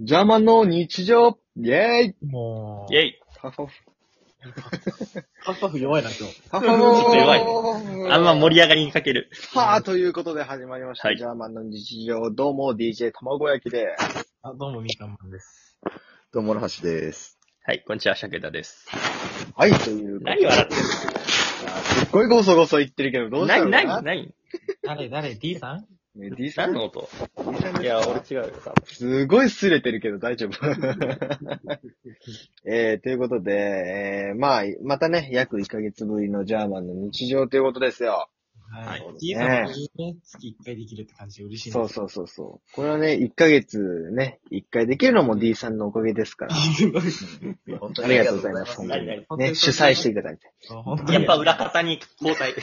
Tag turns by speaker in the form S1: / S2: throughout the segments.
S1: ジャーマンの日常イェー イ
S2: もう。
S3: イェイ。
S1: パファフ。
S2: パフパフ弱いな、今日。
S1: パフ
S3: ちょっと弱いね
S1: い
S3: あ んま盛り上がりにかける。
S1: はぁ、ということで始まりました。
S3: はい
S1: ジャーマンの日常、どうも DJ 卵焼きで。
S2: あ、どうも、みかんまんです。
S4: どうも、らはしです。
S3: はい、こんにちは、シャケダです。
S1: はい、ということで。
S3: 何笑ってる
S1: すっごいごそごそ言ってるけど、どうした
S3: 何
S1: のかな
S3: 何
S2: 誰、
S3: 何
S2: 誰、D さん
S1: ね ?D さん
S3: 何の音
S1: ?D さん
S3: い
S1: で
S3: や、
S1: す
S3: 俺
S1: か
S3: 違うよ、多分。
S1: すごい擦れてるけど大丈夫。 えー、ということで、えー、まあ、またね、約1ヶ月ぶりのジャーマンの日常ということですよ。
S2: は
S3: はい
S2: い。D さんもいいね、月1回できるって感じで嬉しい
S1: そう
S2: う。
S1: そうそうそう。これはね、1ヶ月ね、1回できるのも D さんのおかげですから。
S4: 本
S1: ありがとうございます。
S3: あ
S2: ご
S3: りがとう
S2: ざい
S1: ね、
S2: ます
S1: 主催していただいて。
S2: 本当
S3: やっ
S2: に。
S3: ぱ裏方に交代。
S1: デ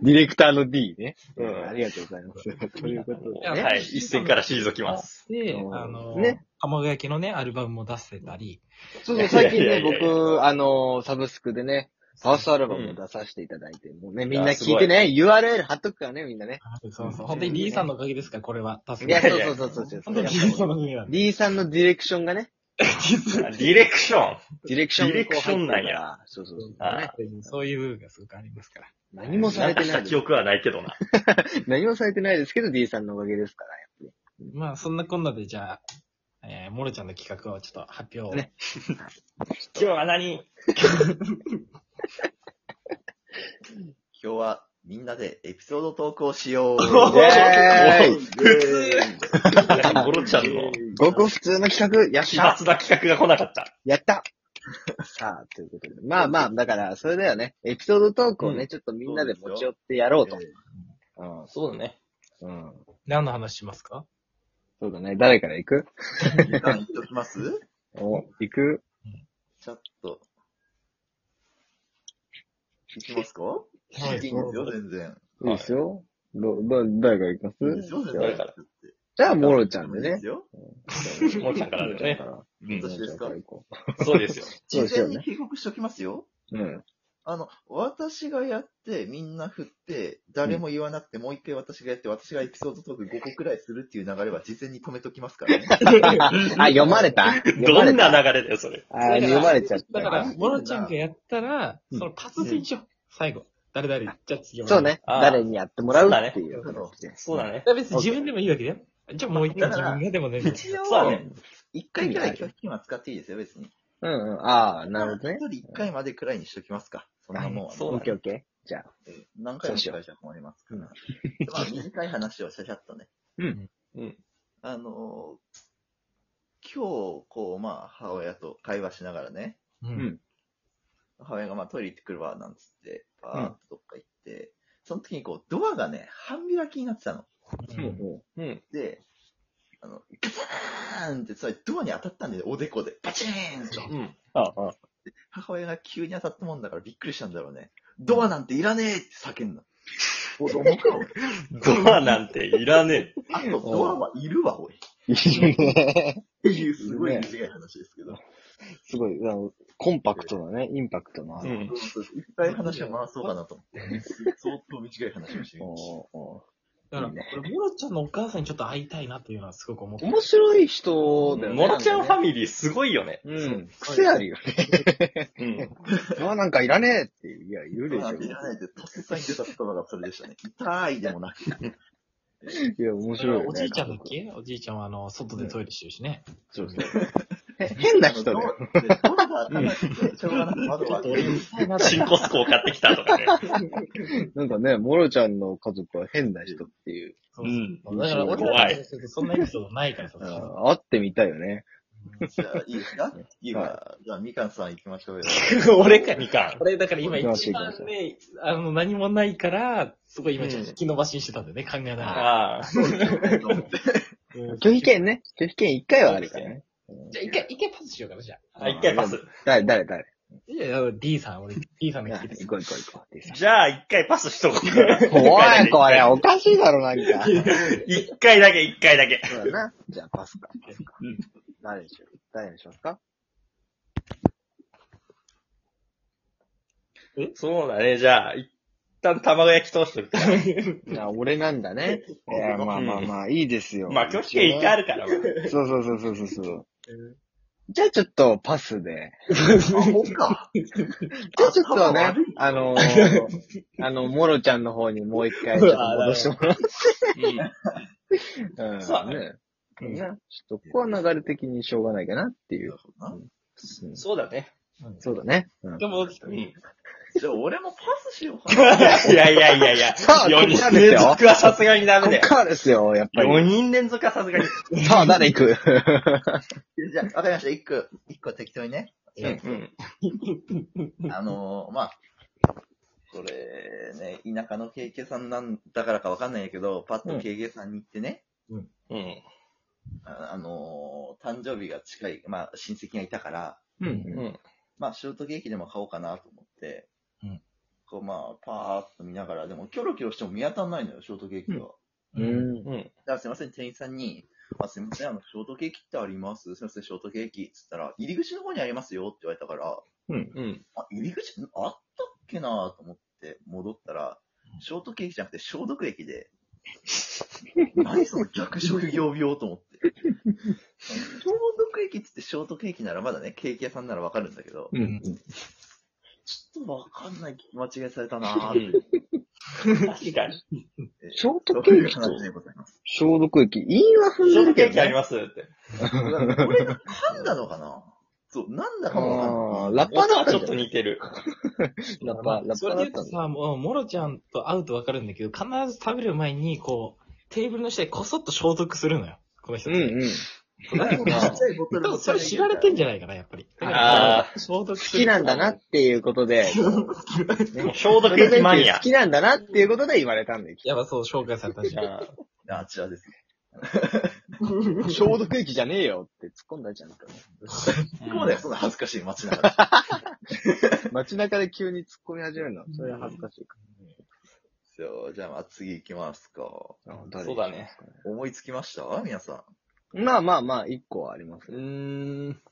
S1: ィレクターの D ね。う
S3: うん
S1: ん、ありがとう ございます。ということでね。
S3: はい、一線から退きます。
S2: で、
S1: うん
S2: あの、
S1: ね
S2: ね。卵焼きのね、アルバムも出せたり、
S1: そうそう、最近
S3: いや
S1: ね、
S3: いやいやいや
S1: 僕、あのー、サブスクでね、ファーストアルバムを出させていただいて、もうね、みんな聞いてね、URL 貼っとくからね、みんなね。
S2: そうそう。本当に D さんのおかげですから、これは。助
S1: いや、
S2: か
S1: そ
S2: る。
S1: うそうそうそうそ う
S2: 本当
S1: やっぱ
S2: に D さんのおかげなん
S1: り。
S2: で
S1: D さんのディレクションがね、
S3: ディレクション。
S1: ディレクションがこう入ってるから
S3: ディレクションなんや。
S1: そうそうそう。
S3: あ
S2: すねそういう部分がすごくありますから。
S1: 何もされて
S3: ん
S1: ない
S3: かし
S1: で
S3: た
S1: す
S3: 記。憶はないけどな。
S1: 何もされてないですけど、D さんのおかげですから、やっぱり。
S2: まあ、そんなこんなで、じゃあ、えー、モロちゃんの企画をちょっと発表を。
S1: ね
S3: 今日は何
S4: 今日は、みんなでエピソードトークをしよう。
S1: ェーイ
S4: 普
S3: ゴロちゃんの
S1: ごく普通の企画、やっ
S3: 奇
S1: た
S3: 抜な企画が来なかった。
S1: やったさあ、ということで。まあまあ、だから、それだよね。エピソードトークをね、ちょっとみんなで持ち寄ってやろうと。う
S3: そうだね。
S1: ん。うん。
S2: 何の話しますか
S1: そうだね。誰から行く
S4: みかん、行っときます
S1: お、行く
S4: ちょっと。行きますか
S2: はい
S4: いいんですよ、全然。
S1: いいですよ。ど、ど、誰から行きま
S4: いいです
S1: す
S4: よ、全
S3: 誰
S4: 然
S3: から。
S1: じゃあ、モロちゃんで
S4: いいで
S1: ね
S4: す。よ。
S3: モロちゃんからだよね。うん
S4: 私です
S1: モロちゃ
S4: か
S1: んら行こ
S3: そう ですよ。
S1: そうです
S4: 事
S1: よ
S4: 前
S1: ね
S4: に警告しておきますよ。
S1: ううん。
S4: あの、私がやって、みんな振って、誰も言わなくて、もう一回私がやって、私がエピソードトーク5個くらいするっていう流れは事前に止めときますか らね。
S1: あ、読まれた読ま
S3: ど
S1: れ
S3: んな
S1: た
S3: 流れだよ、それ。
S1: あー、読まれちゃっ
S2: だから
S1: た。、
S2: モロちゃんがやったら、
S1: うん
S2: そのパススイッチを、最後。誰々、じゃあ次は。
S1: そう。ね。
S3: あー
S1: 誰にやってもらうっていう形で。
S3: そうだね。
S2: 別に自分でもいいわけだよ。じゃあもう一回自分がでもね。
S4: 一応
S3: そうだね。
S4: 一回くらい拒否権は使っていいですよ、別に。
S1: うんうん。ああ、なるほどね。
S4: 一人一回までくらいにしときますか。そんなもんはね。
S3: そう
S1: オ
S3: だ
S1: ッケーオッケー。じゃあ。
S4: えー何回も使えちゃ困りますから。まあ、短い話をシャシャっとね。
S3: うん。
S4: あのー今日、こう、まあ、母親と会話しながらね、
S2: う
S1: うん
S2: ん。
S4: 母親がまあトイレ行ってくるわ、なんつって、バーッとどっか行って、その時にこう、ドアがね、半開きになってたの。
S2: うん
S3: うん。
S4: で、あの、ガサーンって、それドアに当たったんで、おでこで、バチーンと。
S3: うん。
S1: ああ。
S4: 母親が急に当たったもんだからびっくりしたんだろうね。ドアなんていらねえって叫んだ。おどう思うか、おい
S3: ドアなんていらね
S4: あと、ドアはいるわ、おい。っ
S1: いいね。
S4: ていう、すごい短い話ですけど。
S1: すごい、あの、コンパクトだね。インパクトのあ
S3: え。う
S1: る。
S3: ん。
S4: 一回話を回そうかなと思って。相当短い話をしてみまし
S1: おーお
S2: だから、俺、モロちゃんのお母さんにちょっと会いたいなっていうのはすごく思っ
S1: ー
S2: て
S1: 面白い人だよね。
S3: モロちゃんファ
S1: ミ
S3: ミリーすごいよね。
S1: うん。癖あるよね。
S3: うん。
S1: ドアなんかいらねえっていう。いや、いる
S4: た。
S1: で
S4: ド
S1: しょ
S4: アなんていらないで、とっさに出た言葉がそれでしたね。痛いでもなく。。
S1: いや、面白いよね。
S2: おじいちゃんだっけおじいちゃんはあの、外でトイレしてるしね。
S1: そうそう。へ変な人だよ。
S4: ドアが開かなくて、しょうがなく窓を開ける。
S2: はい、な
S3: 新コスコを買ってきたとかね。
S1: なんかね、モロちゃんの家族は変な人っていう。
S3: うん。
S2: そうだから、俺らからするとそんなエピソードないからさ。
S1: あー会ってみたいよね。
S4: じゃあ、いい ですかいいわ。じゃあ、みかんさん行きま しょうよ。
S3: 俺か、みかん。
S2: 俺、だから今一番ね、あの、何もないから、すごい今ちょっと引き伸ばしにしてたんだよね、考えながら。
S3: ああ。
S2: うん
S1: 拒否権ね。拒否権一回はあるからね。
S2: じゃあ、一回、一回パスしようかな、じゃあ。
S3: あ一回パス。
S1: 誰、誰、誰。
S2: いやいや、D さん、俺、D さんの
S1: 行
S2: 聞きです。
S1: こう行こう行こう。
S3: じゃあ、一回パスしとこうかな。
S1: おい、これ、おかしいだろ、なんか。
S3: 一回だけ、一回だけ。
S1: そうだな。じゃあ、パスか。パスか
S3: うん。
S1: 誰にしよう誰にしますか
S3: そうだね、じゃあ、一旦卵焼き通しとくから。
S1: や俺なんだね。いや、まあまあまあ、いいですよ。
S3: まあ、拒否権一回あるから、まあ
S1: そうそうそうそうそうそう。じゃあちょっとパスで。
S4: あ、ほんか。
S1: じゃあちょっとね
S4: 頭悪、
S1: あのー、 あの、モロちゃんの方にもう一回ちょっと戻してもらって。うん。
S3: そうだね
S1: ね。ね。ちょっとここは流れ的にしょうがないかなっていう。
S4: な
S1: う
S3: うんんそうだね。
S1: そうだね。うん
S2: が戻ってきた。
S3: うん。い
S4: じゃあ俺もパスしようかな。
S3: やいやいやいや、
S1: さあ
S3: 4
S1: こっか
S3: 人
S1: らです
S3: 連
S1: よ
S3: 続はさすがにダ
S1: こ
S3: メだ
S1: っ
S3: よ。
S1: からですよ、やっぱ
S3: 4
S1: り。
S3: 人連続はさすがに。
S1: さあ、誰行く
S4: じゃあ、わかりました。一個、一個適当にね。
S3: うん。
S4: あのー、まあ、これね、田舎の KK さんなんだからかわかんないけど、パッと
S3: うん
S4: KK さんに行ってね、
S3: うん。
S4: ああのー、誕生日が近い、まあ、親戚がいたから、
S1: う。
S3: うんん。
S4: まあ、ショートケーキでも買おうかなと思って、
S2: うん
S4: こう、まあ、パーっと見ながら、でも、キョロキョロしても見当たらないのよ、ショートケーキが。
S1: うん。
S3: うん。
S4: だからすいません、店員さんに、あすいません、あの、ショートケーキってありますすいません、ショートケーキ。つったら、入り口の方にありますよって言われたから、
S3: うん。
S4: あ、入り口あったっけなと思って戻ったら、ショートケーキじゃなくて消毒 液で、何その逆職業病と思って。消毒液っつってショートケーキならまだね、ケーキ屋さんならわかるんだけど、
S1: うん。
S4: ちょっとわかんない聞き間違えされたな
S3: う
S4: ぁ。
S3: ん確かに。
S1: ショート
S4: と
S1: ケ
S4: いう
S1: ーキと
S4: 話でございます。
S1: 消毒液。韻は踏ん
S3: シ
S1: で
S3: ョート
S1: る
S3: ケ
S1: け
S3: ーキ
S1: ど、
S3: あり
S1: ね。
S3: ますって。
S4: だからこれが噛んだのかなそう、なんだかも
S1: あ
S4: わか
S1: あ
S4: ん
S1: ー、
S4: ない。
S1: ラッパー
S3: 音
S1: だ
S3: は
S1: った
S3: ち
S1: ん
S3: ょっ
S1: じ
S3: と
S1: ゃない
S3: 似てる。
S1: ラッパー、ラッ
S2: そ
S1: パ
S2: れ
S1: ーだ
S2: で言
S1: っ
S2: う
S1: た
S2: と
S1: んだ。
S2: さ、もう、モロちゃんと会うとわかるんだけど、必ず食べる前に、こう、テーブルの下でこそっと消毒するのよ。この人
S1: う
S2: っ
S1: ん
S2: て。
S1: うん。
S4: なんかちっちゃいボトル
S2: 多
S4: の
S2: 分それ知られてんじゃないかな、やっぱり。
S3: あ
S2: あ。消毒
S1: 好きなんだなっていうことで、
S3: もう消毒液マニア
S1: 好。きなんだなっていうことで言われたんだよ。
S2: やっぱそう、紹介されたし。
S3: あ
S4: あちらです。
S1: 消毒液じゃねえよって突っ込んだじゃんか。
S3: ー
S4: そうだよ、そんな恥ずかしい街ながら。
S1: 街中で急に突っ込み始めるのは、それは恥ずかしいか
S4: そう、じゃあまあ次行きますか。
S1: ら。
S3: うんそうだね。
S4: 思いつきました皆さん。
S1: まあまあまあ、一個はあります
S2: う。ーん。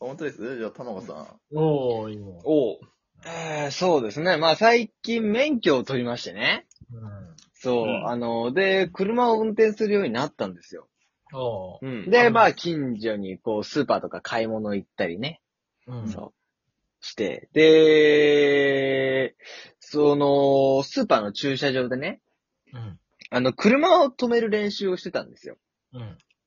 S4: 本当ですじゃあ、たまごさん。
S2: おー、いいね。
S3: おう。
S1: えー、そうですね。まあ最近免許を取りましてね。
S2: うん。
S1: そう、
S3: うん
S1: あの、で、車を運転するようになったんですよ。
S2: おー。
S3: うん。
S1: で、まあ近所にこう、スーパーとか買い物行ったりね。
S2: うん。
S1: そう。して、で、その、スーパーの駐車場でね、
S2: うん。
S1: あの、車を止める練習をしてたんですよ。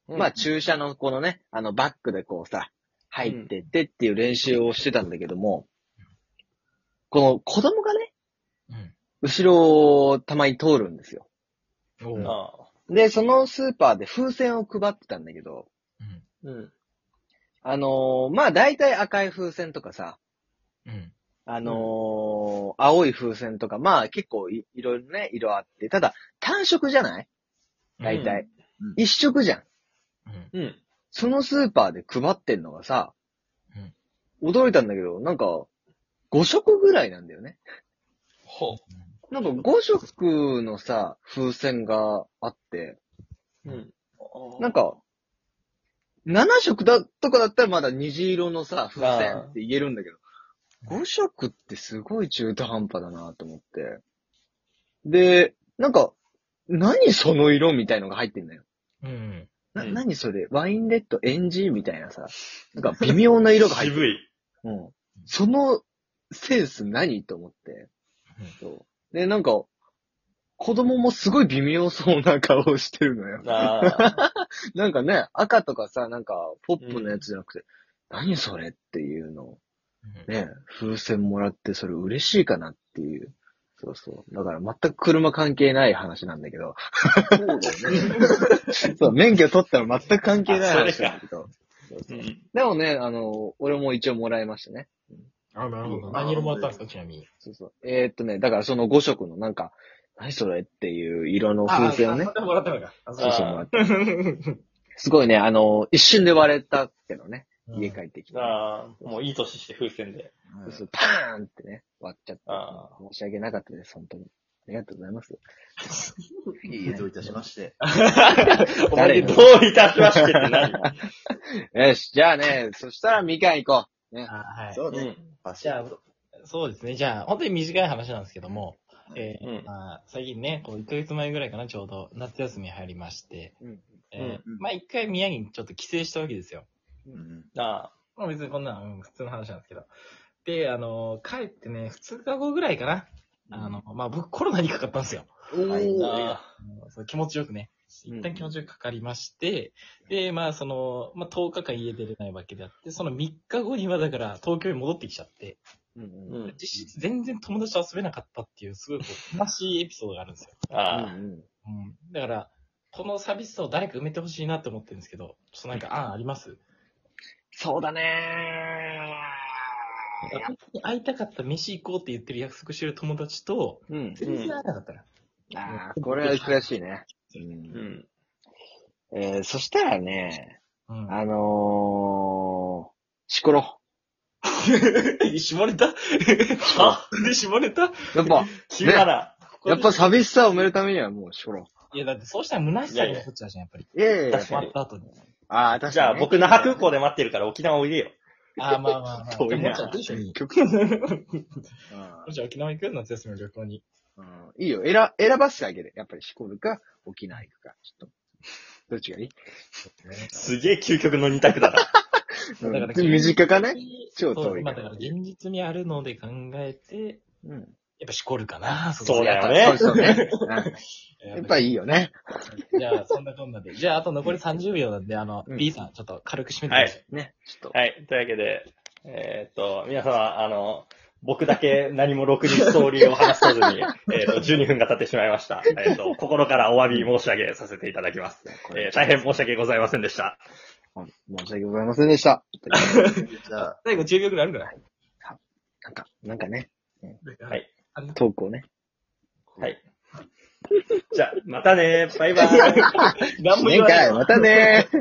S2: うん。
S1: まあ、駐車のこのね、あの、バックでこうさ、入ってってっていう練習をしてたんだけども、この子供がね、
S2: うん。
S1: 後ろをたまに通るんですよ。
S2: おー。
S3: ああ。
S1: で、そのスーパーで風船を配ってたんだけど、
S2: うん。
S3: うん。
S1: あのーまあ、大体赤い風船とかさ、
S2: うん。
S1: あのー青い風船とか、まあ結構いいろいろね、色あって、ただ単色じゃない大体。
S4: うん
S1: 一色じゃん。
S2: うん。
S3: うん。
S1: そのスーパーで配ってんのがさ、
S2: うん
S1: 驚いたんだけど、なんか、5色ぐらいなんだよね。
S3: ほ
S1: なんか5色のさ、風船があって、
S3: う。うん。
S1: なんか、7色だとかだったらまだ虹色のさ、風船って言えるんだけど、5色ってすごい中途半端だなと思って。で、なんか、何その色みたいのが入ってんだよ。
S2: うん。
S1: な、
S3: うん
S1: 何それワインレッド、エンジみたいなさ、なんか微妙な色が入 ってる。
S3: 渋い。
S1: うん。そのセンス何と思って。そう。で、なんか、子供もすごい微妙そうな顔をしてるのよ。
S3: ああ。
S1: なんかね、赤とかさ、なんか、ポップのやつじゃなくて、何それっていうのを
S2: うん
S1: ね、風船もらってそれ嬉しいかなっていう。そうそう。だから全く車関係ない話なんだけ ど。
S4: そうだよね。
S1: そう、免許取ったら全く関係ない
S3: あ
S1: 話
S3: それか
S1: なんだけど。そう
S3: う。
S1: そうんでもね、あの、俺も一応もらいましたね。
S2: あ、なるほど。何色もらったんですか、ちなみに。
S1: そうそう。えーっとね、だからその5色のなんか、何それっていう色の風船をね
S2: あ、あもらったのか。あ
S1: そう
S2: そ
S1: そうもらって。すごいね、あの、一瞬で割れたけどね、
S2: う。
S1: 家帰ってきて。
S3: ああ。もういい年して風船で。
S1: そうそう、パーンってね、割っちゃ
S3: あ
S1: って。申し訳なかったです、本当に。ありがとうございます。
S4: いいえ、どういたしまして。
S3: お前
S1: 誰
S3: どういたしましてって 何
S1: よし、じゃあね、そしたらみかん行こう。
S2: あ、はい。
S4: そう
S3: う
S4: ね。
S3: ん。
S4: あ、
S2: じゃあ、そうですね。じゃあ、本当に短い話なんですけども、えー
S3: うん
S2: まあ、最近ね、こう1ヶ月前ぐらいかな、ちょうど夏休み入りまして、
S1: うん。
S2: えー
S4: うん
S2: まあ一回宮城にちょっと帰省したわけですよ。
S4: うん。
S3: あ
S2: まあ別にこんなの、うん、普通の話なんですけど。で、あの、帰ってね、2日後ぐらいかな。あの、まあ僕コロナにかかったんですよ。
S1: お
S4: はい
S3: あ。
S1: ー。
S3: ああ。
S2: そう気持ちよくね。一旦気持ちよくかかりまして、で、まあその、まあ10日間家出れないわけであって、その3日後にはだから東京に戻ってきちゃって、
S1: うんうん
S3: うん。
S2: 実質全然友達と遊べなかったっていう、すごいこう、悲しいエピソードがあるんですよ。
S1: う
S3: ああ。
S1: ん
S2: うん。だから、この寂しさを誰か埋めてほしいなって思ってるんですけど、ちょっとなんか案あります
S1: そうだね
S2: 本当に会いたかった飯行こうって言ってる約束してる友達と、
S1: ー。うん。
S2: 全然会えなかったら。
S1: ああ、これは悔しいね。う
S3: うんん。
S1: えー、そしたらね、
S2: うん。
S1: あのー、しころ。
S2: 絞れた
S3: あ
S2: で 絞れた
S1: やっ ぱ、
S3: 急だな。
S1: やっぱ寂しさを埋めるためにはもうしころ。
S2: いや、だってそうしたら虚しさが残っちゃうじゃん、やっぱり。
S1: いやいやいや
S3: 確
S2: 終
S3: か
S2: わ
S3: に
S2: った後に。
S1: ああ、確かにね。
S3: じゃあ僕、那覇空港で待ってるから沖縄おいでよ。
S2: ああ、まあまあまあ。
S3: 遠いな
S2: じゃあもうちょっと一緒に。
S1: 曲う
S2: じゃあ沖縄行く夏休みの旅行に。
S1: んうんいいよ。選、選ばせてあげる。やっぱりしこるか、沖縄行くか。ちょっと。どっちがいい
S3: すげえ究極の二択だな。
S1: うん
S2: だから
S1: 身近かね超
S2: そ
S1: 遠
S2: う
S1: い
S2: ま
S1: か。
S2: あだからら現実にあるので考えて、
S1: うん。
S2: やっぱしこるかな、
S3: そうだよね
S1: そうそうね。うんやっぱいいよね。
S2: じゃあ、そんなこんなで。じゃあ、あと残り30秒なんで、あの、
S1: うん
S2: B さん、ちょっと軽く締めてく
S3: は
S2: だ
S3: い
S2: さい。。
S1: ね。ちょっと。
S3: はい。というわけで、えーっと、皆様、あの、僕だけ何もろくにストーリーを話さず に、えーっと、12分が経ってしまいました。えーっと、心からお詫び申し上げさせていただきます。えー大変申し訳ございませんでした。
S1: うん申し訳ございませんで した。
S4: じゃあ、
S2: 最後10秒くらいあるから。
S1: なんか、なんかね、
S3: はい。
S2: あの
S1: トークをね。
S3: はい。じゃあ、またねバイバイ。
S2: 何も
S1: ね
S2: 言
S1: ん
S2: わな
S1: か
S2: い
S1: い、またねー。